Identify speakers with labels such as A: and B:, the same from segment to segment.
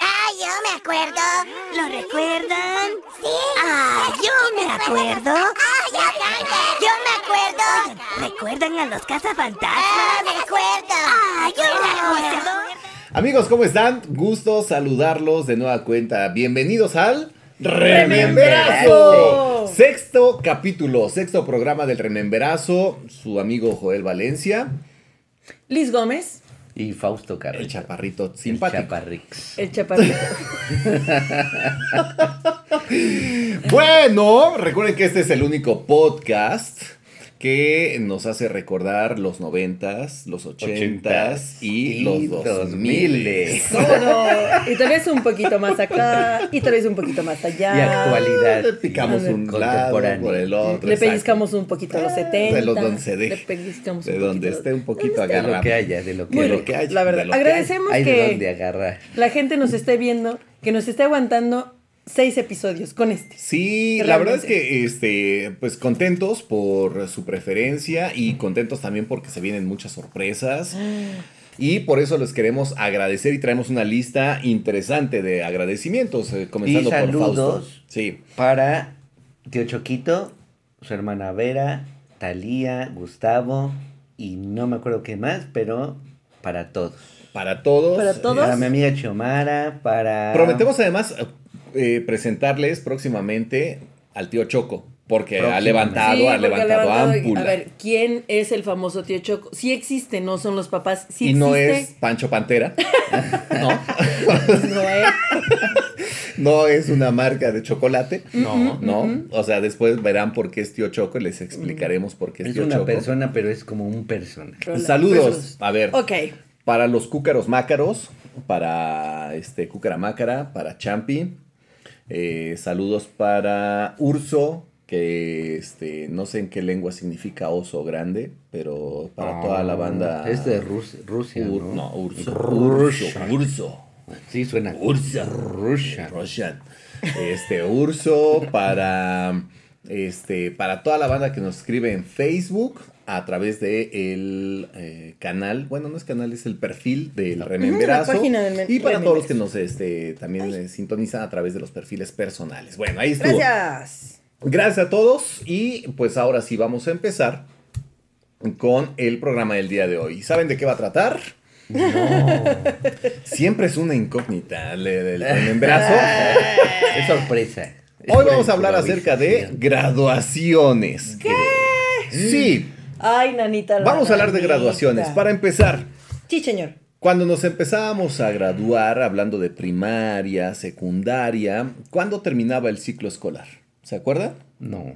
A: Ah,
B: acuerdo.
A: ¿Lo recuerdan?
B: Sí.
A: Ah, yo me acuerdo.
B: Ah, yo también. Yo me acuerdo.
A: ¿Recuerdan a los cazafantasmas?
B: Ah, me acuerdo.
A: Ah, yo me acuerdo.
C: Amigos, ¿cómo están? Gusto saludarlos de nueva cuenta. Bienvenidos al
D: Rememberazo.
C: Sexto capítulo, sexto programa del Rememberazo. Su amigo Joel Valencia,
D: Liz Gómez,
E: Y Fausto
C: el
E: Carrera.
C: chaparrito Eh, simpático.
E: Chaparrix.
D: el chaparrito.
C: Bueno, recuerden que este es el único podcast que nos hace recordar los noventas, los ochentas y, los dos miles.
D: ¿Cómo no? Y tal vez un poquito más acá, y tal vez un poquito más allá.
E: Y actualidad.
C: Le picamos un lado
E: Contemporáneo.
C: por el otro.
D: Le
C: exacto.
D: pellizcamos un poquito los 70.
C: De los donde se
D: Le
C: deje.
D: pellizcamos
C: De
D: un
C: donde
D: poquito.
C: esté un poquito
E: De
C: agarrado.
E: lo que haya, de lo que
D: Muy
C: de lo
D: rico,
C: que haya,
D: la
C: de
D: verdad.
C: lo que
D: Agradecemos
E: Hay de dónde
D: que
E: agarrar.
D: la gente nos esté viendo, que nos esté aguantando seis episodios con este.
C: Sí,
D: Que
C: la verdad es
D: realmente-
C: que este, pues contentos por su preferencia y contentos también porque se vienen muchas sorpresas. Y por eso les queremos agradecer y traemos una lista interesante de agradecimientos, eh, comenzando por Fausto.
E: saludos.
C: Sí.
E: Para Tío Choquito, su hermana Vera, Talía, Gustavo y no me acuerdo qué más, pero para todos.
C: Para todos.
D: Para todos.
E: Para mi amiga Chiomara, para...
C: Prometemos además eh, presentarles próximamente al tío Choco, porque ha
E: Próximamente.
C: levantado,
D: Sí,
C: ha
D: porque ha
C: levantado,
D: levantado-
C: ámpula.
D: A ver, ¿quién es el famoso tío Choco? Sí existe, no son los papás. Sí
C: y no es
D: existe.
C: Pancho Pantera,
D: No es.
C: no es una marca de chocolate.
E: No.
C: ¿no? O sea, después verán por qué es tío Choco y les explicaremos por qué es,
E: Es
C: tío
E: una
C: Choco.
E: persona, pero es como un personaje.
D: Pero la-
C: Saludos.
D: personas.
C: A ver.
D: Ok.
C: Para los cúcaros mácaros, para este cúcara mácara, para Champi. eh, saludos para Urso, que este, no sé en qué lengua significa oso grande, pero para toda la banda.
E: Ah, Es de Rus- Rusia,
C: Ur-
E: ¿no?
C: no, Urso.
E: Rusia.
C: Urso. Urso.
E: Sí, suena.
C: Ursa.
E: Rusia.
C: Russian. Eh, Este Urso para este para toda la banda que nos escribe en Facebook a través de el eh, canal, bueno, no es canal, es el perfil del Rememberazo.
D: la página del men-
C: y para todos los que
D: Rememberazo.
C: nos este también eh, sintonizan a través de los perfiles personales. Bueno, ahí estuvo.
D: Gracias.
C: Gracias a todos y pues ahora sí vamos a empezar con el programa del día de hoy. ¿Saben de qué va a tratar? Siempre es una incógnita le- del remembrazo.
E: Es sorpresa. Es
C: Hoy
E: pura
C: vamos a hablar acerca de
E: improvisación.
C: graduaciones. Sí,
D: Ay, nanita. la
C: vamos a hablar de
D: nanita.
C: graduaciones. Para empezar,
D: Sí, señor.
C: Cuando nos empezábamos a graduar, hablando de primaria, secundaria, ¿cuándo terminaba el ciclo escolar? ¿Se acuerdan?
E: No.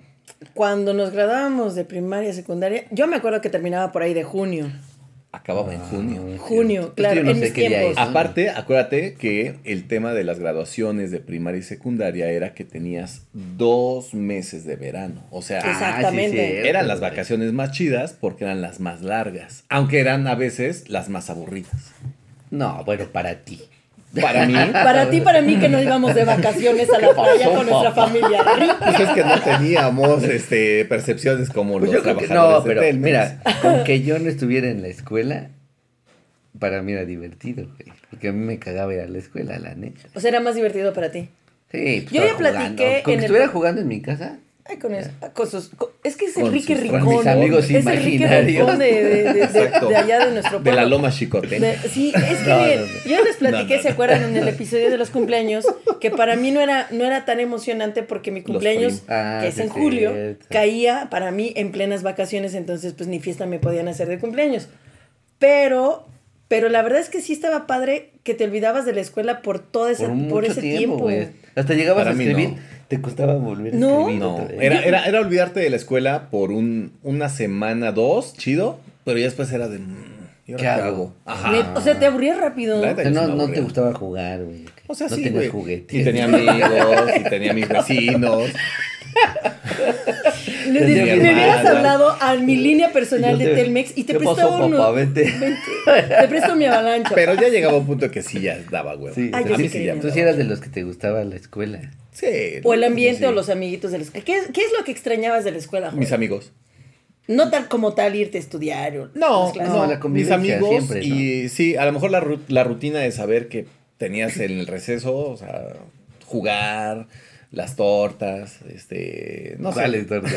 D: Cuando nos graduábamos de primaria, secundaria, yo me acuerdo que terminaba por ahí de junio.
C: Acababa en junio.
D: Junio,
E: yo
D: claro,
E: no
D: en
E: sé
D: mis
E: qué día
D: tiempos.
E: es.
C: Aparte, acuérdate que el tema de las graduaciones de primaria y secundaria era que tenías dos meses de verano. O
E: Ah,
C: sea,
D: Exacto. Exactamente.
E: cierto.
C: eran las vacaciones más chidas porque eran las más largas, aunque eran a veces las más aburridas.
E: No, bueno, para ti.
C: Para mí,
D: Para ti, para mí, que nos íbamos de vacaciones a la playa con nuestra familia.
C: pues es que no teníamos este, percepciones como
E: Pues
C: los
E: yo creo que
C: trabajadores
E: no, pero
C: de Telmex.
E: mira, con que yo no estuviera en la escuela, para mí era divertido, güey. Porque a mí me cagaba ir a la escuela, la neta.
D: O sea, era más divertido para ti.
E: Sí, pues,
D: Yo ya
E: estaba jugando.
D: platiqué
E: Con
D: en
E: que
D: el-
E: estuviera jugando en mi casa.
D: Ay, con eso. con sus- con- es que es
C: Con
D: Enrique
C: sus-
D: Ricón.
C: con mis
E: amigos
D: es Enrique
E: imaginarios.
D: Ricón de, de- de- de-
C: Exacto.
D: de allá de nuestro
C: De
D: pueblo.
C: la loma chicote.
D: De- sí, es que
E: No, no, no.
D: yo les platiqué,
C: No, no,
D: ¿se
C: no.
D: acuerdan? En el episodio de los cumpleaños, que para mí no era, no era tan emocionante porque mi cumpleaños,
C: prim-
E: Ah,
D: que es
E: sí,
D: en
E: es
D: julio,
E: cierto.
D: caía para mí en plenas vacaciones, entonces pues ni fiesta me podían hacer de cumpleaños. Pero, pero la verdad es que sí estaba padre que te olvidabas de la escuela por todo ese,
E: Por,
D: por,
E: mucho
D: ese
E: tiempo,
D: tiempo.
E: güey. Hasta llegabas
C: Para
E: a
C: mí
E: escribir,
C: no.
E: te costaba volver a
D: No.
E: escribir.
C: No,
E: otra vez.
C: era, era, era olvidarte de la escuela por un, una semana, dos, chido, pero ya después era de... mm, ¿y ahora
E: ¿Qué hago?
C: Ajá.
D: Net- o sea, te aburrías rápido.
C: La neta,
E: O sea, no,
C: me
E: no
C: aburría.
E: te gustaba jugar, güey.
C: O sea,
E: no
C: sí,
E: tenías
C: güey.
E: juguetes.
C: Y tenía amigos, y tenía mis vecinos.
D: Le,
E: Tenía
D: le
C: hermana.
D: hubieras hablado a mi línea personal
E: Yo
D: de Telmex y te
E: ¿Qué pasó,
D: prestaba uno.
E: papá? Vente.
D: Te presto mi avalancha.
C: Pero ya llegaba un punto que sí ya daba huevo.
E: Sí,
D: Ah, yo
C: a mí
D: sí
C: sí ya
D: quería.
C: me
E: Tú
C: daba
E: sí eras de los que te gustaba la escuela.
C: Sí,
D: O el
C: sí,
D: ambiente
C: sí.
D: o los amiguitos de la escuela. ¿Qué es, qué es lo que extrañabas de la escuela? Joel?
C: Mis amigos.
D: No tal como tal irte a estudiar. o-
C: No,
D: las clases.
C: no,
E: la
C: mis
E: convivencia
C: amigos
E: siempre,
C: y sí, a lo mejor la, ru- la rutina de saber que tenías en el receso, o sea, jugar, las tortas, este, no sé.
E: ¿Cuáles tortas?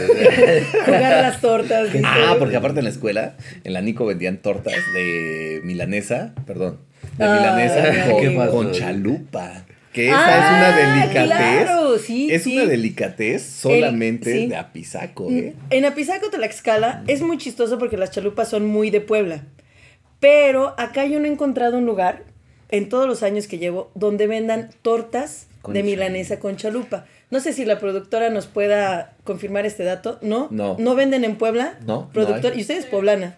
D: Jugar a las tortas. dice.
C: Ah, porque aparte en la escuela, en la Nico vendían tortas de milanesa, perdón, de
D: Ah,
C: milanesa
E: ¿qué
C: con,
E: pasó?
C: con chalupa. Que esa
D: Ah,
C: es una delicatez.
D: claro, sí,
C: es
D: sí.
C: una delicatez solamente
D: sí. Mm.
C: de apisaco, ¿eh?
D: En Apizaco, Tlaxcala, es muy chistoso porque las chalupas son muy de Puebla. Pero acá yo no he encontrado un lugar, en todos los años que llevo, donde vendan tortas
E: Con
D: de
E: chalupa.
D: milanesa con chalupa. No sé si la productora nos pueda confirmar este dato. ¿No?
C: No.
D: ¿No venden en Puebla?
C: No, no
D: Productor,
C: hay.
D: ¿Y ustedes poblana?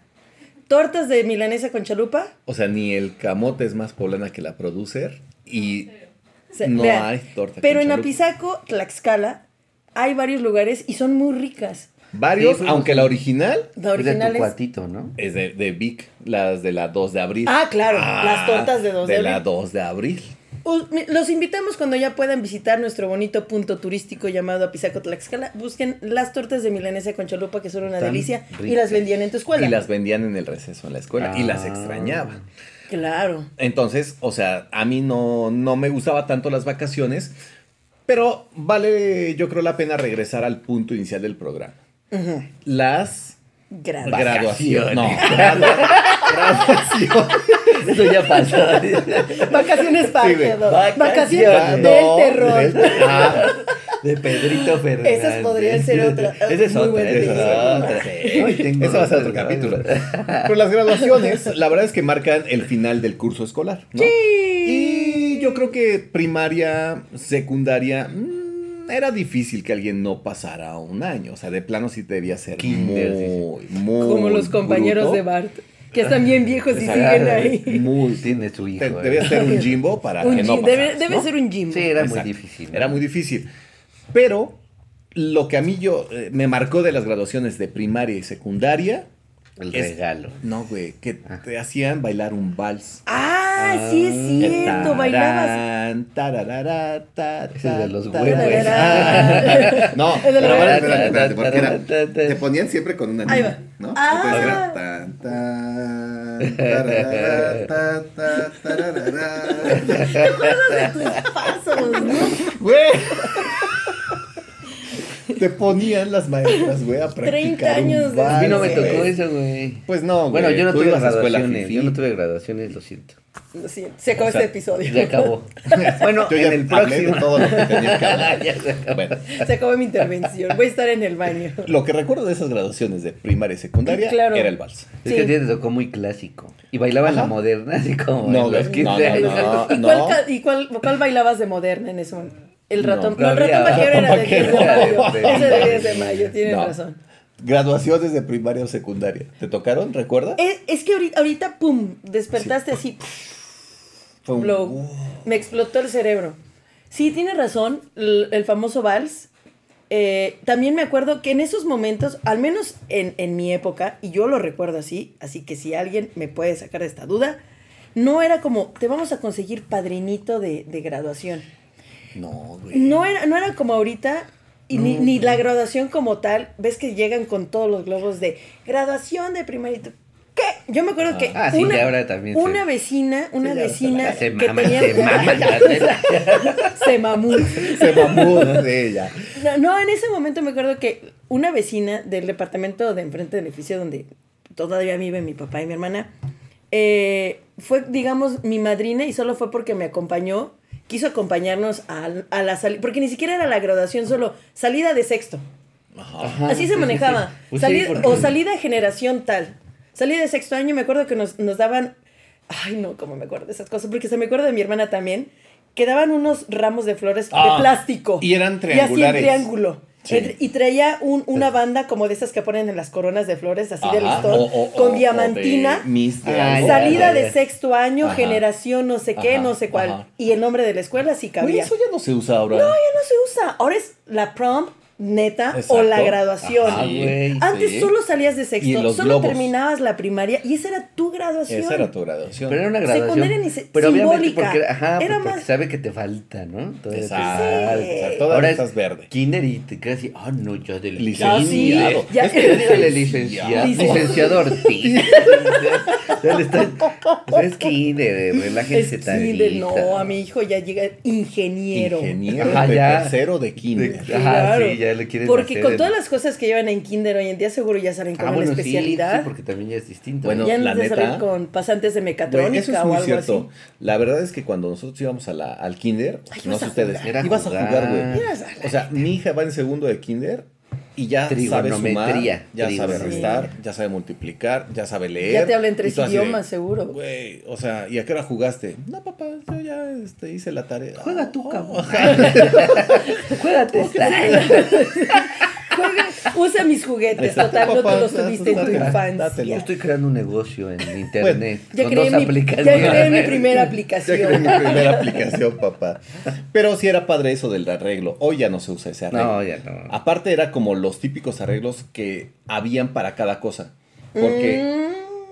D: ¿Tortas de milanesa con chalupa?
C: O sea, ni el camote es más poblana que la producer y
D: O sea,
C: no
D: vean,
C: hay torta.
D: Pero
C: con
D: en
C: chalupa.
D: Apizaco, Tlaxcala, hay varios lugares y son muy ricas.
C: Varios,
E: Sí, fuimos
C: aunque la original
D: La
E: Es de
D: original
E: tu
D: es-
E: cuatito, ¿no?
C: es de, de Vic, las de la 2 de abril.
D: Ah, claro, las tortas de 2 de
C: De la
D: abril.
C: 2 de abril.
D: Us- mi- Los invitamos cuando ya puedan visitar nuestro bonito punto turístico llamado Apizaco Tlaxcala. Busquen las tortas de milanesa con chalupa que son una
E: Tan
D: delicia y
E: ricas.
D: las vendían en tu escuela.
C: Y las vendían en el receso en la escuela y las
E: Ah.
C: extrañaban.
D: Claro.
C: Entonces, o sea, a mí no, no me gustaba tanto las vacaciones, pero vale, yo creo, la pena regresar al punto inicial del programa. Las
D: Gracias.
C: graduaciones.
E: Vacaciones.
C: No, graduaciones.
E: Eso ya pasó.
D: Vacaciones parte
C: güey.
D: dos.
E: Vacaciones.
D: Vacaciones del
C: No,
D: terror.
C: del- ah,
E: De Pedrito Fernández.
D: Esas podrían ser otra-
E: Esa es
D: muy
E: otra.
D: buena
E: Esa
D: idea.
E: es otra. sí. Hoy tengo
C: Eso va a ser otro
E: otra.
C: capítulo. Pero las graduaciones, la verdad es que marcan el final del curso escolar. ¿no? Y yo creo que primaria, secundaria, mm, era difícil que alguien no pasara un año. O sea, de plano sí debía ser
E: Kinder,
C: muy, muy.
D: Como los compañeros
C: bruto.
D: de Bart, que están bien viejos y
E: Les
D: siguen
E: agarra.
D: ahí.
E: Muy. Tiene su hijo.
C: Te-
E: eh.
C: debía ser un jimbo para
D: Un
C: que no
D: gym, debe
C: pasaras,
D: debe
C: ¿no?
D: ser un gym.
E: Sí, era
C: Exacto.
E: muy difícil. ¿no?
C: Era muy difícil. Pero lo que a mí yo eh, me marcó de las graduaciones de primaria y secundaria.
E: El
C: es-
E: regalo.
C: No, güey, que
E: Ah.
C: te hacían bailar un vals.
D: Ah, sí es cierto,
C: Tararán,
D: bailabas.
C: tararará, ta,
E: Ese es de los
C: ta,
E: huevos.
C: tarará. No,
D: Es de los
C: pero
D: huevos.
C: espérate, espérate, espérate, porque era- te ponían siempre con una
D: Ahí
C: niña,
D: va.
C: ¿no?
D: Ah.
C: Entonces era tan, tan, tararará, ta, ta, tararará.
D: Pasos, ¿no?
C: Güey. Te ponían las maestras, güey, a practicar
D: 30 años
C: un
D: de-
E: A
C: vals,
E: mí no me
C: güey.
E: tocó eso, güey.
C: Pues no, güey.
E: Bueno, yo no
C: tú
E: tuve
C: ibas a escuela
E: graduaciones.
C: fifí.
E: Yo no tuve graduaciones, lo siento.
D: Lo siento, Se acabó
C: O sea,
D: este episodio.
E: Ya acabó. bueno,
C: Yo
E: en
C: ya
E: el
C: hablé de
E: próximo.
C: todo lo que tenía que hablar.
E: Ya se acabó.
C: Bueno,
D: Se acabó mi intervención. Voy a estar en el baño.
C: lo que recuerdo de esas graduaciones de primaria y secundaria
D: Claro.
C: era el vals.
E: Es
D: Sí.
E: que a ti te tocó muy clásico. Y bailaba la
C: Ajá.
E: moderna, así como
C: No,
E: en
C: güey,
E: los 15
C: no, no,
E: años.
C: no.
D: ¿Y, cuál, ca- y cuál, cuál bailabas de moderna en ese momento? El
C: No,
D: ratón.
E: no
D: no, el ratón
E: había-
D: vaquero era de
C: ratón
D: 10 de
E: vaquero
D: mayo.
E: era de-
D: Ese de 10 de mayo, tienes
C: No.
D: razón.
C: Graduaciones de primaria o secundaria. ¿Te tocaron? ¿Recuerdas?
D: Es, es que ahorita, ahorita, pum, despertaste así, pff,
C: Fue un-
D: blow.
C: Uh,
D: Me explotó el cerebro. Sí, tienes razón, l- el famoso vals. Eh, también me acuerdo que en esos momentos, al menos en, en mi época, y yo lo recuerdo así, así que si alguien me puede sacar de esta duda, no era como, te vamos a conseguir padrinito de, de graduación.
C: No, güey.
D: No era, no era como ahorita, y ni, ni la graduación como tal. Ves que llegan con todos los globos de graduación de primerito. ¿Qué? Yo me acuerdo que
E: Ah, sí,
D: una,
E: ya ahora también
D: una
E: se-
D: vecina, una
C: ya ahora se
D: vecina
E: Ya Se
D: que
E: mama,
D: tenía
E: se mama. ya se-
D: se mamó.
C: Se mamó de ella.
D: No, no, en ese momento me acuerdo que una vecina del departamento de enfrente del edificio donde todavía vive mi papá y mi hermana, eh, fue, digamos, mi madrina y solo fue porque me acompañó, quiso acompañarnos a, a la salida, porque ni siquiera era la graduación, solo salida de sexto.
C: Ajá.
D: Así se manejaba.
E: Pues sí,
D: Salida-
E: porque-
D: o salida generación tal. Salida de sexto año, me acuerdo que nos, nos daban. Ay, no, cómo me acuerdo de esas cosas. Porque se me acuerda de mi hermana también. Que daban unos ramos de flores
C: Ah,
D: de plástico.
C: y eran
D: Y así en
C: triangulares.
D: triángulo.
C: Sí. Pues
D: Entre- Y traía un- una banda como de esas que ponen en las coronas de flores, así de
C: Ajá.
D: listón,
C: O- o- o-
D: con
C: o
D: diamantina.
C: de Miss de
E: Ah,
C: algo.
E: ya,
D: salida
E: ya,
D: de
E: ya.
D: sexto año,
C: Ajá.
D: generación, no sé qué,
C: Ajá,
D: no sé cuál.
C: ajá.
D: Y el nombre de la escuela sí cabía.
C: Güey, eso ya no se usa ahora.
D: No, ya no se usa. Ahora es la prom neta
C: Exacto.
D: o la graduación.
C: Ajá,
E: Sí.
C: güey,
D: Antes
C: sí.
D: solo salías de
C: Y
D: sexto,
C: los
D: solo
C: globos.
D: terminabas la primaria y esa era tu graduación.
C: Esa era tu graduación.
E: Pero era una graduación.
D: Secundaria ni se-
E: pero obviamente
D: simbólica.
E: porque, ajá,
D: Era
E: porque
D: más-
E: sabe que te falta, ¿no? Todavía te
C: Exacto.
E: falta.
C: Sí. O sea, todavía
E: Ahora
C: estás
E: es
C: verde.
E: Kinder y te quedas así, ah, no, yo del
C: Licenciado.
E: kinder.
D: Ya-
E: Es que ya dígale licenciado.
D: Ah, Licenciado.
E: Licenciado Ortiz. ya le están. o sea, es kinder, eh, relájense
D: Es
E: tantito.
D: kinder, no, a mi hijo ya llega ingeniero.
C: Ingeniero Ah,
E: Ajá,
C: de
E: ya.
C: tercero de
E: De-
C: kinder.
E: Ajá, sí, ya le quieren
D: Porque
E: hacer
D: con
E: el-
D: todas las cosas que llevan en kinder hoy en día seguro ya salen
E: Ah,
D: con una
E: bueno, sí,
D: especialidad.
E: sí, porque también ya es distinto.
C: Bueno,
D: ya no
C: la
D: se salen
C: neta-
D: con pasantes de mecatrónica
C: Güey, eso es
D: o
C: muy
D: algo
C: cierto. La verdad es que cuando nosotros íbamos a la, al kinder, no sé ustedes,
E: jugar.
C: ibas a
E: Era
C: jugar,
E: jugar.
C: güey.
D: Ibas a la
C: O sea, mi hija va en segundo de kinder y ya sabe sumar,
E: Trigonometría.
C: ya sabe
E: Trigonometría.
C: restar, ya sabe multiplicar, ya sabe leer.
D: Ya te habla en tres
C: Y tú así de,
D: idiomas, seguro.
C: Güey, o sea, ¿y a qué hora jugaste? No, papá, yo ya este, hice la tarea.
E: Juega tú,
C: Oh,
E: cabrón.
C: ajá.
E: Juégate esta.
D: así. Juega, usa mis juguetes,
C: Exacto.
D: total, no te
C: Papá,
D: los tuviste en tu
C: dátela,
E: Yo
D: infancia.
C: dátela.
E: estoy creando un negocio en internet.
D: Ya
E: con
D: creé,
E: dos
D: mi, ya
E: aplicaciones.
D: creé mi primera
C: Ya creé mi
D: aplicación.
C: primera aplicación, papá. Pero sí era padre eso del arreglo. Hoy ya no se usa ese arreglo.
E: No, ya no.
C: Aparte era como los típicos arreglos que habían para cada cosa.
D: Mm,
C: Porque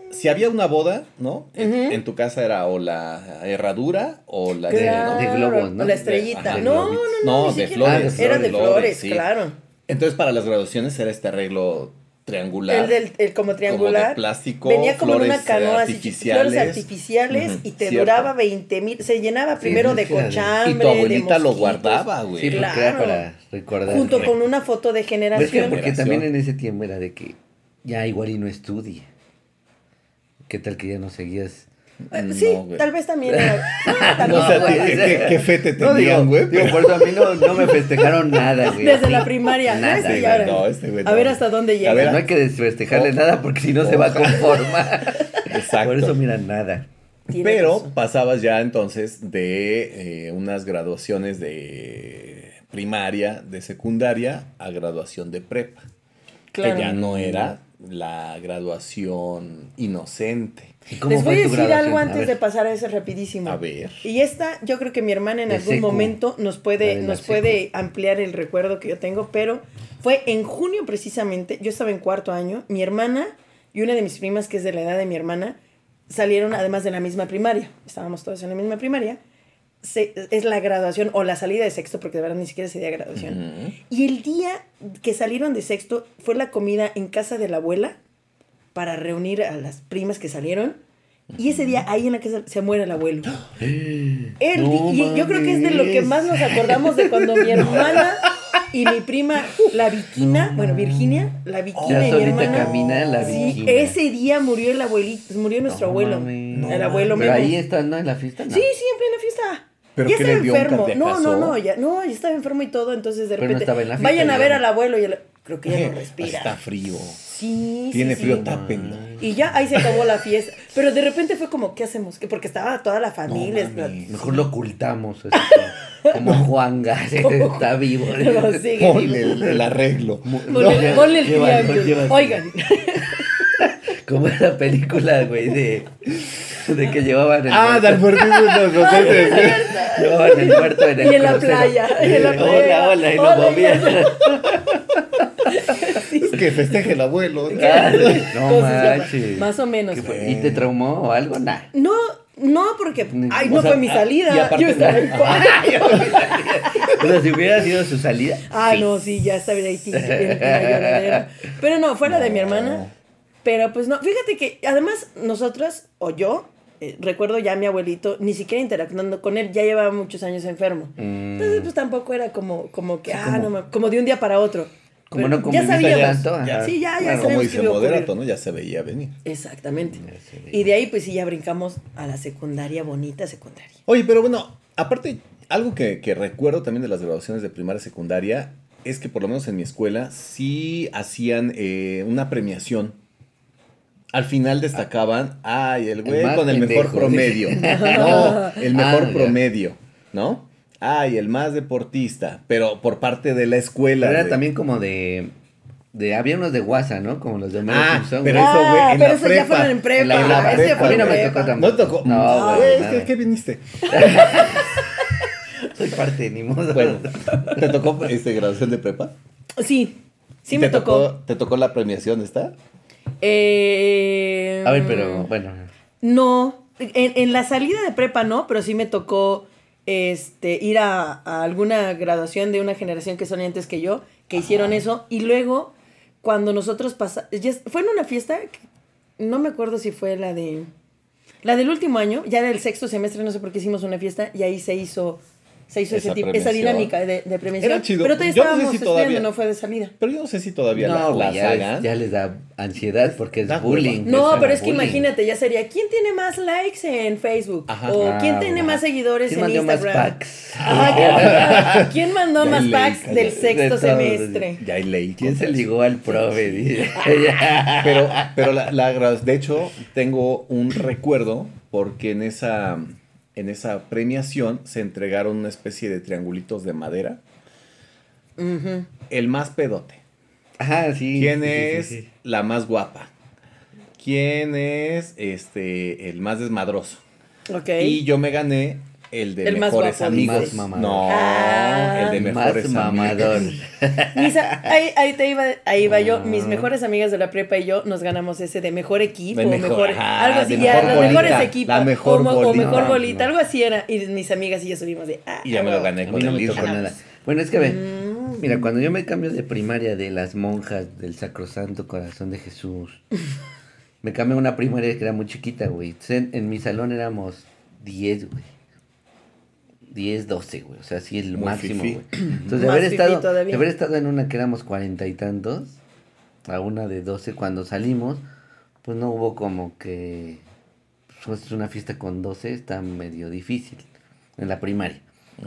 C: si había una boda, ¿no? En, en tu casa era o la herradura o la...
D: Claro,
E: de globos, ¿no?
D: La estrellita.
C: Ajá, de
D: no, no,
E: globitos.
D: no,
C: No,
D: ni
C: de
D: siquiera.
E: flores,
D: Era de
C: flores,
D: flores,
C: sí.
D: claro.
C: Entonces para las graduaciones era este arreglo triangular.
D: El, del, el como triangular.
C: de plástico,
D: Venía como en una
C: flores, eh,
D: canoa
C: artificiales.
D: así. Flores artificiales y
C: Ujú,
D: te
C: cierto.
D: duraba 20 mil. Se llenaba primero de
E: mucha de-
D: cochambre.
C: y tu
D: de
C: abuelita lo
D: mosquitos,
C: guardaba, Ah, güey.
E: Sí, porque era
D: Claro.
E: para recordar.
D: Junto con una foto de
E: Pues que
D: generación.
E: porque
C: Generación.
E: también en ese tiempo era de que ya igual y no estudie. ¿Qué tal que ya no seguías? Mm,
D: Eh, Sí,
C: Mm, No, güey.
D: tal vez también era. No, también,
C: o sea,
D: güey.
C: qué- qué- qué fe te
E: Ah, No,
C: tenían,
E: digo,
C: güey,
E: digo,
C: pero-
E: por eso a mí no, no me festejaron nada, güey.
D: Desde
E: Así,
D: la primaria.
E: Nada,
D: Este
E: güey,
D: ya era.
C: no, este güey
D: A ver
C: no.
D: hasta dónde
C: A ver,
D: llega.
E: No hay que desfestejarle nada porque si no se va a conformar.
C: Exacto.
E: Por eso mira nada.
D: Tiene
C: Pero
D: razón.
C: pasabas ya entonces de eh, unas graduaciones de primaria, de secundaria, a graduación de prepa.
D: Claro.
C: Que ya no era la graduación inocente.
E: ¿Y cómo
D: Les
E: fue
D: voy a
E: tu
D: decir
E: graduación?
D: algo
E: A
D: antes
E: ver.
D: de pasar a eso rapidísimo.
C: A ver.
D: Y esta, yo creo que mi hermana en
E: De
D: algún
E: secu.
D: momento nos puede,
E: La de la
D: nos
E: secu.
D: puede ampliar el recuerdo que yo tengo, pero fue en junio precisamente, yo estaba en cuarto año, mi hermana y una de mis primas, que es de la edad de mi hermana, salieron además de la misma primaria, estábamos todas en la misma primaria, se- es la graduación o la salida de sexto, porque de verdad ni siquiera sería graduación.
C: Ujú.
D: Y el día que salieron de sexto fue la comida en casa de la abuela para reunir a las primas que salieron. Y ese día ahí en la casa se muere el abuelo. El
E: No
D: di- y yo creo que es de lo que
E: mames.
D: más nos acordamos de cuando mi hermana y mi prima, la Viquina, bueno, Virginia, la Viquina
E: Ya
D: y Oh, mi
E: solita
D: hermana.
E: camina la
D: Sí,
E: Virginia.
D: ese día murió el abuelito, murió nuestro
E: No
D: abuelo.
E: mames.
D: el abuelo
E: Pero
D: Memo.
E: ahí está, ¿no? En la fiesta. No.
D: Sí, sí, en plena fiesta.
C: ¿Pero
D: ya
C: qué
D: estaba
C: le dio, un
D: enfermo. no, no,
C: cardiacazo?
D: no, ya, no, ya estaba enfermo y todo, entonces de
E: Pero no
D: repente.
E: estaba en la
D: vayan
E: fiesta,
D: a ver
E: ya.
D: al abuelo y al- creo que ya no
C: Está
D: respira.
C: frío.
D: Sí, sí,
C: Tiene
D: sí.
C: frío, tápenlo.
D: Y ya ahí se acabó la fiesta. Pero de repente fue como, ¿qué hacemos? Que Porque estaba toda la familia.
C: No mames.
E: Mejor lo ocultamos. así como- como Juanga. está vivo.
D: Pero sigue.
C: Ponle el, el arreglo.
D: Ponle,
E: No,
D: ponle el
E: lleva-
D: triángulo.
E: lleva-
D: Oigan,
E: Como la película, güey, de, de que llevaban el,
C: Ah, de advertirme los docentes.
E: llevaban el muerto en el
D: Y en la
E: crucero.
D: playa, y en la
E: Hola,
D: playa.
E: hola, y lo
D: Hola,
E: movían.
C: Que festeje el abuelo.
E: Ah, No
D: Cosas,
E: manches.
D: más o menos.
E: ¿Qué fue? ¿Y te traumó o algo? Nah.
D: no, no, porque.
E: Mm,
D: Ay,
C: O
D: no
C: sea,
D: fue mi
C: ah,
D: salida.
C: y aparte
D: Yo estaba
C: no.
D: en cuarto.
E: O sea, si hubiera sido su salida.
D: Ah, no, sí, ya sabía ahí, sí, sí, en la lloradera. Pero no, fuera de mi hermana. Pero pues no, fíjate que además nosotras, o yo, eh, recuerdo ya a mi abuelito, ni siquiera interactuando con él, ya llevaba muchos años enfermo.
E: Mm.
D: Entonces, pues tampoco era como, como que, ah, no mames, como de un día para otro.
E: Como
D: Pero
E: no
D: ya
E: conviviste
D: sabíamos.
E: tanto, ajá.
D: Sí, Ah,
E: Claro.
D: ya, ya sabíamos
C: Como
D: que
C: dice
D: iba a ocurrir.
C: Moderato, ¿no? Ya se veía venir.
D: Exactamente.
E: sí,
D: Y de ahí, pues sí, ya brincamos a la secundaria, bonita secundaria.
C: Oye, pero bueno, aparte, algo que, que recuerdo también de las graduaciones de primaria y secundaria es que por lo menos en mi escuela sí hacían eh, una premiación. Al final destacaban, ay, el güey
E: más
C: con el mejor
E: pendejo".
C: promedio. No, el mejor
E: Ah, ya.
C: promedio, ¿no? Ay, el más deportista, pero por parte de la escuela.
E: Pero era
C: güey.
E: también como de, de. Había unos de guasa, ¿no? Como los de Homero
C: Ah,
E: Simpson.
C: pero
E: güey.
C: eso, güey,
D: Ah,
C: en
D: pero
C: la
D: esos ya
C: prepa.
D: fueron en prepa.
E: En la- en la
D: ese
E: prepa,
D: fue
E: a mí
D: en
E: no me
D: prepa.
E: tocó tampoco.
C: No tocó.
E: No,
C: No,
E: güey,
C: güey,
E: nada.
C: ¿qué, qué viniste?
E: soy parte, ni modo.
C: Bueno, ¿te tocó este, graduación de prepa?
D: Sí, sí
C: ¿Y
D: me
C: te
D: tocó.
C: ¿Te tocó la premiación, está?
D: Eh,
E: A ver, pero bueno.
D: No, en, en la salida de prepa no, pero sí me tocó este, ir a, a alguna graduación de una generación que son antes que yo, que hicieron eso. Y luego, cuando nosotros pasamos, fue en una fiesta, que- no me acuerdo si fue la de... La del último año, ya del sexto semestre, no sé por qué hicimos una fiesta, y ahí se hizo, se hizo
C: Esa
D: ese tipo- esa
C: premiación.
D: dinámica de, de premiación.
C: Era chido.
D: Pero todavía
C: Yo no sé
D: estábamos
C: si
D: estudiando,
C: todavía.
D: no fue de salida.
C: Pero yo no sé si todavía la-
E: no,
C: la,
E: güey, ya,
C: saga.
E: es- ya les da ansiedad porque es
C: Da hueva.
E: bullying.
D: No,
E: era
D: pero es que
E: bullying.
D: imagínate, ya sería ¿quién tiene más likes en Facebook?
C: Ajá.
D: o ¿quién
E: Ah,
D: tiene
E: ajá.
D: más seguidores
E: ¿Quién
D: en
E: mandó
D: Instagram?
E: más packs?
D: Ajá, ¿quién mandó- ¿Quién mandó
C: Ya
D: más
C: leí,
D: packs
C: ya
D: del
C: leí.
D: sexto
E: De todo,
D: semestre?
C: Ya hay ley.
E: ¿Quién se
C: contra eso.
E: ligó al prove? Dice.
C: Pero, pero la, la gra- de hecho, tengo un recuerdo porque en esa, en esa premiación se entregaron una especie de triangulitos de madera. El más pedote.
E: Ajá, sí.
C: ¿Quién
E: sí, sí,
C: es
E: sí, sí.
C: la más guapa? ¿Quién es este el más desmadroso?
D: Ok.
C: Y yo me gané el de
D: El más
C: mejores
D: guapo,
C: amigos.
E: dices. Más mamador.
C: no,
D: Ah.
C: el de mejores
E: Más mamador.
C: amigos.
D: Mis a- ahí, ahí te iba, ahí va yo. Mis
E: Ah.
D: mejores amigas de la prepa y yo nos ganamos ese de mejor equipo,
C: De
D: mejor,
C: mejor, ajá,
D: algo así,
C: de
D: ya,
C: mejor
D: los
C: bolita,
D: mejores equipos,
C: la mejor
D: o, mo- o
C: bolita.
D: mejor bolita,
E: No.
D: algo así era. Y mis amigas y yo subimos de. Ah,
C: Y ya me
D: ah,
C: lo gané
E: A
C: con
E: mí no
C: el
E: me tocó
C: libro.
E: nada. Bueno, es que
D: Mm.
E: ven. Mira, cuando yo me cambio de primaria de las monjas del Sacrosanto Corazón de Jesús, me cambié a una primaria que era muy chiquita, güey. Entonces, En, en mi salón éramos 10, güey. 10, 12, güey. O sea, sí, el
C: Muy
E: máximo,
C: fifí.
E: güey. Entonces, de
D: Más
E: haber,
D: fifí
E: estado,
D: todavía.
E: de haber estado en una que éramos cuarenta y tantos, a una de 12 cuando salimos, pues no hubo como que. Pues una fiesta con 12 está medio difícil en la primaria.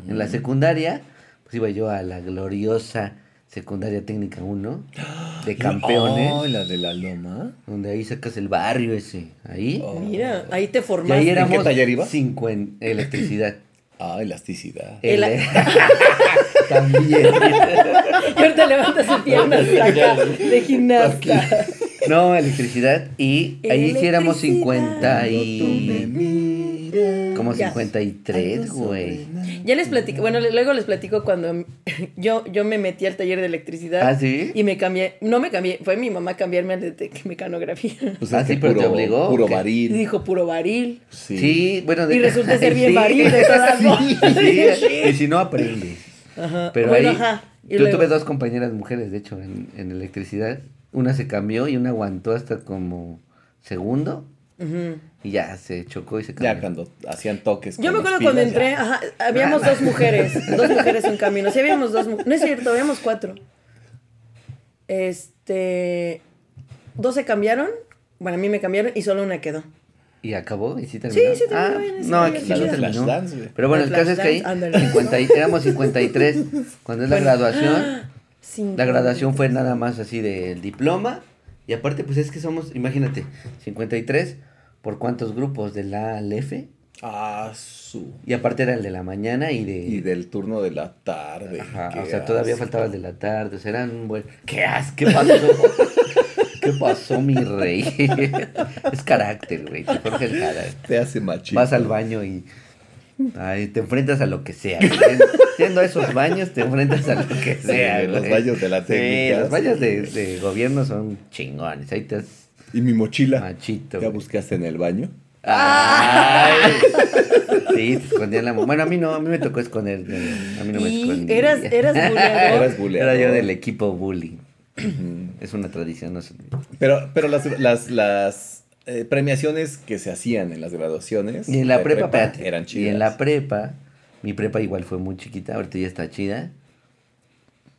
E: En la secundaria, pues iba yo a la gloriosa secundaria técnica 1 de campeones,
C: Oh, la de la loma.
E: donde ahí sacas el barrio ese, ahí.
C: Oh.
D: Mira, ahí te
E: Y
D: formaste.
E: ahí
C: era-
E: éramos
C: qué taller iba?
E: 50 electricidad.
C: Ah, elasticidad.
D: El-
E: El- También.
D: Y ahorita levantas su pierna hasta acá, de gimnasta.
E: No, electricidad y ahí sí éramos
D: Electricidad.
E: 50 y
C: mira.
E: como
D: Ya.
E: 53, güey.
D: Ya les platico, bueno, le- luego les platico cuando yo, yo me metí al taller de electricidad.
E: ¿Ah, sí?
D: Y me cambié, no me cambié, fue mi mamá cambiarme al de tec- mecanografía.
C: Pues
E: Ah,
C: es que
E: sí, pero te
C: puro-
E: obligó,
C: Puro
E: ¿o qué?
D: Y
C: varil.
D: dijo puro varil.
E: Sí,
C: Sí.
E: bueno,
D: Y resulta ser bien
E: sí.
D: varil de todas
E: Sí,
D: formas.
E: sí, y si no aprendes.
D: Ajá.
E: Pero
D: bueno,
E: ahí
D: ajá. Y
E: yo
D: luego-
E: tuve dos compañeras mujeres, de hecho, en, en electricidad. Una se cambió y una aguantó hasta como segundo
D: Ujú.
E: y ya se chocó y se cambió.
C: Ya cuando hacían toques.
D: Yo
C: con
D: me
C: las
D: acuerdo cuando
C: pilas,
D: entré,
C: ya.
D: ajá, habíamos
E: Nada.
D: dos mujeres, dos mujeres en camino. Sí, habíamos dos mu- No es cierto, habíamos cuatro. Este. Dos se cambiaron. Bueno, a mí me cambiaron y solo una quedó.
E: ¿Y acabó? ¿Y sí terminó? Ah,
D: Sí, sí terminó en ese
E: no,
D: año,
E: aquí sí
D: la
E: no
D: de
E: terminó.
C: Flashdance, güey.
E: Pero bueno, el
D: La
E: caso es que ahí
D: Flashdance, ándale.
E: 50 y- éramos 53. Cuando es la
D: Ah.
E: graduación,
D: Cinco.
E: la graduación fue nada más así del diploma. Y aparte, pues es que somos, imagínate, 53 por cuántos grupos de la al F.
C: Ah, su.
E: Y aparte era el de la mañana y de...
C: Y del turno de la tarde.
E: Ajá,
C: Qué
E: o sea, todavía
C: asco.
E: faltaba el de la tarde. O sea, eran un buen... ¿Qué as? ¿Qué pasó? ¿Qué pasó, mi rey? es carácter, güey. Te forja el carácter.
C: Te hace machito.
E: Vas al baño y ay, te enfrentas a lo que sea. güey. Siendo a esos baños, te enfrentas a lo que sea.
C: los
E: güey.
C: baños de la técnica.
E: Sí, los baños de, de gobierno son chingones. Ahí te has
C: ¿Y mi mochila?
E: machito.
C: ¿Ya
E: güey.
C: buscaste en el baño?
E: Ay. Sí, te escondían la mo- Bueno, a mí no, a mí me tocó esconder. güey. A mí no me
D: Y
E: escondí.
D: eras- eras buleador.
C: Eras buleador.
E: Era yo del equipo bullying. es una tradición. No sé.
C: Pero, pero las, las, las eh, premiaciones que se hacían en las graduaciones.
E: Y en la
C: de
E: prepa, espérate,
C: eran chidas.
E: Y en la prepa, mi prepa igual fue muy chiquita, ahorita ya está chida.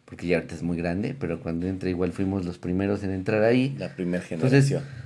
E: Porque ya ahorita es muy grande, pero cuando entré igual fuimos los primeros en entrar ahí.
C: La primera
E: Entonces,
C: generación.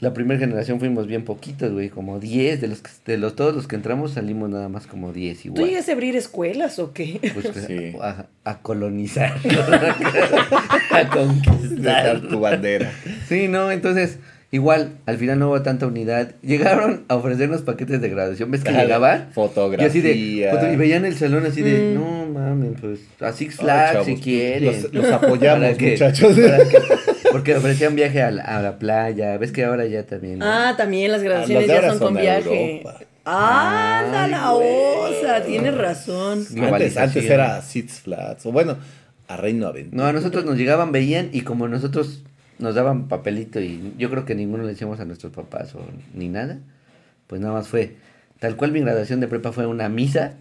E: La primera generación fuimos bien poquitos, güey, como 10 de los que- de los todos los que entramos salimos nada más como 10
D: ¿Tú
E: igual.
D: llegaste a abrir escuelas o qué?
E: Pues, pues,
C: Sí.
E: a, a colonizar, a conquistar.
C: Dejar tu bandera.
E: Sí, no, entonces, igual, al final no hubo tanta unidad. Llegaron a ofrecernos paquetes de graduación. ¿Ves que llegaban? Y
C: Fotografía.
E: así de, foto- y veían el salón así
D: Mm.
E: de, no mames, pues, a Six
C: Ay,
E: Flags
C: chavos,
E: si quieren.
C: Los, los apoyamos,
E: ¿Para qué?
C: muchachos.
E: ¿Para qué? Porque ofrecían viaje a la, a la playa, ves que ahora ya también. ¿no?
D: Ah, también las
C: Las de
D: graduaciones ya
C: ahora
D: son con
C: son a
D: viaje.
C: Europa.
D: ¡Anda
E: Ay,
D: la
E: güey.
D: osa! Tienes razón.
C: Antes, antes
E: globalización.
C: era Six Flats. O bueno, a Reino Aventura.
E: No, a nosotros nos llegaban, veían y como nosotros nos daban papelito y yo creo que ninguno le decíamos a nuestros papás o ni nada, pues nada más fue. Tal cual mi graduación de prepa fue una misa.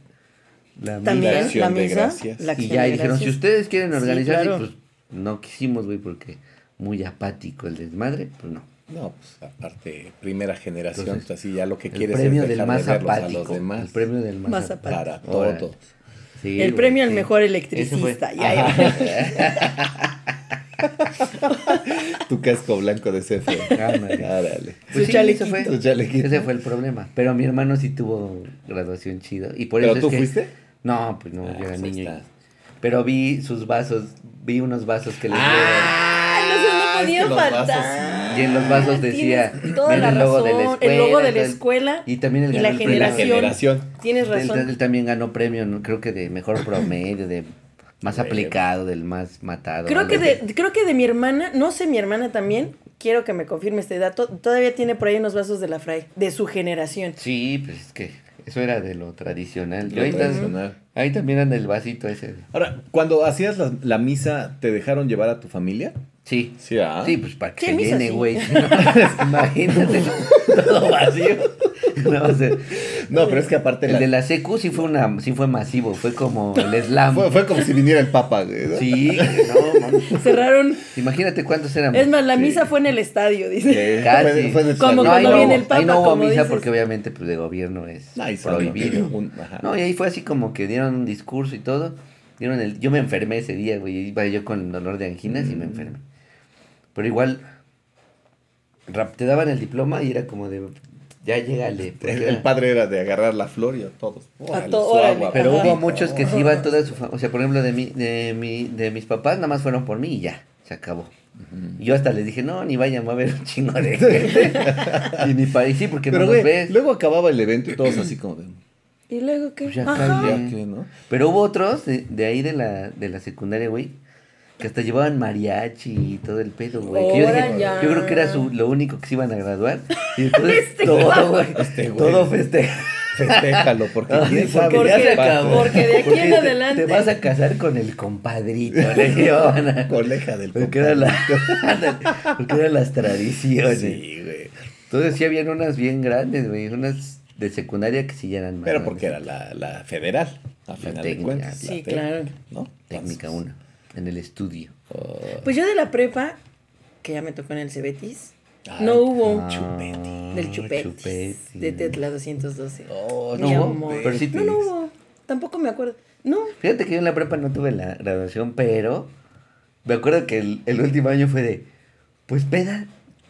E: La
D: También
E: misa,
C: acción
D: la
C: de
D: misa.
C: gracias.
D: la
E: y
D: acción
E: ya
D: de
E: y dijeron, si
D: gracias.
E: ustedes quieren
D: Sí,
E: organizarse,
D: claro.
E: pues no quisimos, güey, porque muy apático el desmadre, pues no.
C: No, pues aparte, primera generación,
E: Entonces,
C: pues, así ya lo que
E: El
C: quieres
E: premio
C: es
E: del
C: dejar
E: más
C: de verlos a
E: apático.
C: los demás.
E: El premio del más,
D: Más
E: apático.
C: para
E: Órale.
C: todos.
E: Sí,
D: El
E: güey,
D: premio al
E: sí.
D: mejor
E: Ese
D: electricista.
E: fue.
D: Ya era.
C: Tu casco blanco de CFE.
E: Cámara.
C: Árale.
E: Pues
D: Su
E: sí,
D: chalequito.
E: ese fue.
C: Tu chalequito.
E: Ese fue el problema. Pero mi hermano sí tuvo graduación chido. Y por
C: ¿Pero
E: eso
C: tú
E: es que-
C: fuiste?
E: No, pues no,
C: Ah,
E: yo era
C: pues ahí
E: niño. y-
C: está.
E: Pero vi sus vasos, vi unos vasos que les
C: Ah.
D: Ah, no podía
C: es que los
D: faltar.
C: vasos,
E: Y en los vasos decía
D: Tienes toda
E: ven
D: la
E: el logo de la
D: razón,
E: escuela.
D: el logo de la
E: entonces-
D: escuela
E: Y también el
D: y
E: ganó
D: la
E: el
C: sí.
E: premio.
C: Y la
D: Generación.
C: generación.
D: Tienes
E: Él- Él,
D: razón.
E: también ganó premio, ¿no? creo que de mejor promedio, de más
C: Bueno.
E: aplicado, del más matado.
D: Creo
E: algo
D: que,
E: así.
D: de, creo que de mi hermana, no sé, mi hermana también, quiero que me confirme este dato, todavía tiene por ahí unos vasos de la Fray, de su generación.
E: Sí, pues es que eso era de lo tradicional. Yo
C: Lo
E: ahí, tan-
C: tradicional.
E: ahí también anda el vasito ese.
C: Ahora, cuando hacías la, la misa, ¿te dejaron llevar a tu familia?
E: Sí.
C: Sí, ¿ah?
E: Sí, pues para que
D: Sí,
E: se
D: misa,
E: llene,
D: sí.
E: güey. Si no, Imagínate, todo vacío. No, o sea,
C: No, pero es que aparte
E: pues, el
C: la-
E: de la secu sí fue una, sí fue masivo, fue como el slam.
C: fue, fue como si viniera el Papa. güey, ¿no?
E: Sí, no, mami.
D: Cerraron,
E: Imagínate cuántos éramos.
D: es más, la
C: Sí.
D: misa fue en el estadio, dice.
C: Eh,
E: Casi.
C: fue- fue de-
D: Como
E: no, ahí
D: cuando
E: no
D: viene
E: hubo-
D: el Papa,
E: ahí no hubo
D: como
E: misa
D: dices.
E: porque obviamente pues de gobierno es
C: Ah, y solo-
E: prohibido.
C: un- ajá.
E: No, y ahí fue así como que dieron un discurso y todo. Dieron el, yo me enfermé ese día, güey. Iba yo con dolor de anginas y me
D: Mm.
E: enfermé. Pero igual, rap- te daban el diploma y era como de, ya llegale. pues, porque
C: El,
E: era-
C: el padre era de agarrar la flor y a todos.
D: to-
C: su
D: órale.
C: agua,
E: pero
D: Ajá.
E: hubo
C: papito.
E: muchos que sí iban toda su fa- O sea, por ejemplo, de, mi, de, mi, de mis papás nada más fueron por mí y ya, se acabó. Y Yo hasta les dije, no, ni vayan, va a haber un chingo de gente. y ni para y sí, porque
C: Pero
E: no
C: güey,
E: nos ves.
C: luego acababa el evento y todos así como de.
D: Y luego qué.
E: Pues ya
D: Ajá.
E: cállate.
C: Ya que, ¿no?
E: Pero hubo otros de, de ahí de la, de la secundaria, güey, que hasta llevaban mariachi y todo el pedo, güey. que yo,
D: Ahora
E: dije,
D: ya.
E: yo creo que era su, lo único que se iban a graduar. Y entonces todo, güey,
C: Este güey.
E: todo festeja.
C: Festéjalo, porque quién sabe.
D: porque
E: ya
C: qué
E: se
C: pasa.
E: acabó.
D: Porque de aquí
E: Porque
D: en
E: te-
D: adelante.
E: Te vas a casar con el compadrito. Le llevaban a-
C: Coleja del
E: Porque eran
C: compadre.
E: la, porque eran las tradiciones.
C: Sí, güey.
E: Entonces sí habían unas bien grandes, güey. Unas de secundaria que sí ya eran más
C: Pero
E: grandes.
C: porque era la, la federal, a final de
E: técnica,
C: cuentas.
E: sí,
C: la
D: claro.
C: técnica, ¿no?
E: Técnica
C: Entonces,
E: 1, en el estudio.
D: Pues yo de la prepa, que ya me tocó en el Cebetis,
C: Ah,
D: no hubo
E: Chupeti.
D: del Chupetis,
E: Chupeti.
D: de Tetla 212.
C: Oh,
E: no
D: Mi
E: hubo,
D: amor.
E: pero sí
D: no,
E: te-
D: no hubo. Tampoco me acuerdo. No,
E: Fíjate que yo en la prepa no tuve la graduación, pero me acuerdo que el, el último año fue de, pues peda,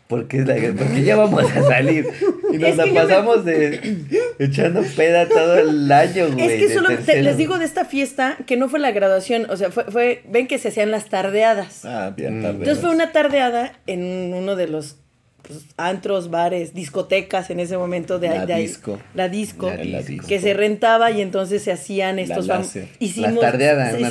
E: porque, es la, porque ya vamos a salir. Y nos
D: Es
E: la
D: que yo me-
E: pasamos de echando peda todo el año, güey.
D: Es que
E: de
D: solo te-
E: tercero.
D: les digo de esta fiesta que no fue la graduación, o sea, fue, fue- ven que se hacían las tardeadas.
C: Ah, bien
E: Mm.
C: tarde.
D: Entonces fue una tardeada en uno de los pues, antros, bares, discotecas en ese momento de,
C: La
D: de ahí.
C: disco.
D: La disco.
E: La
C: La disco.
D: Que se rentaba y entonces se hacían estos fam-
C: láser.
D: hicimos
E: Las tardeadas,
D: se
E: una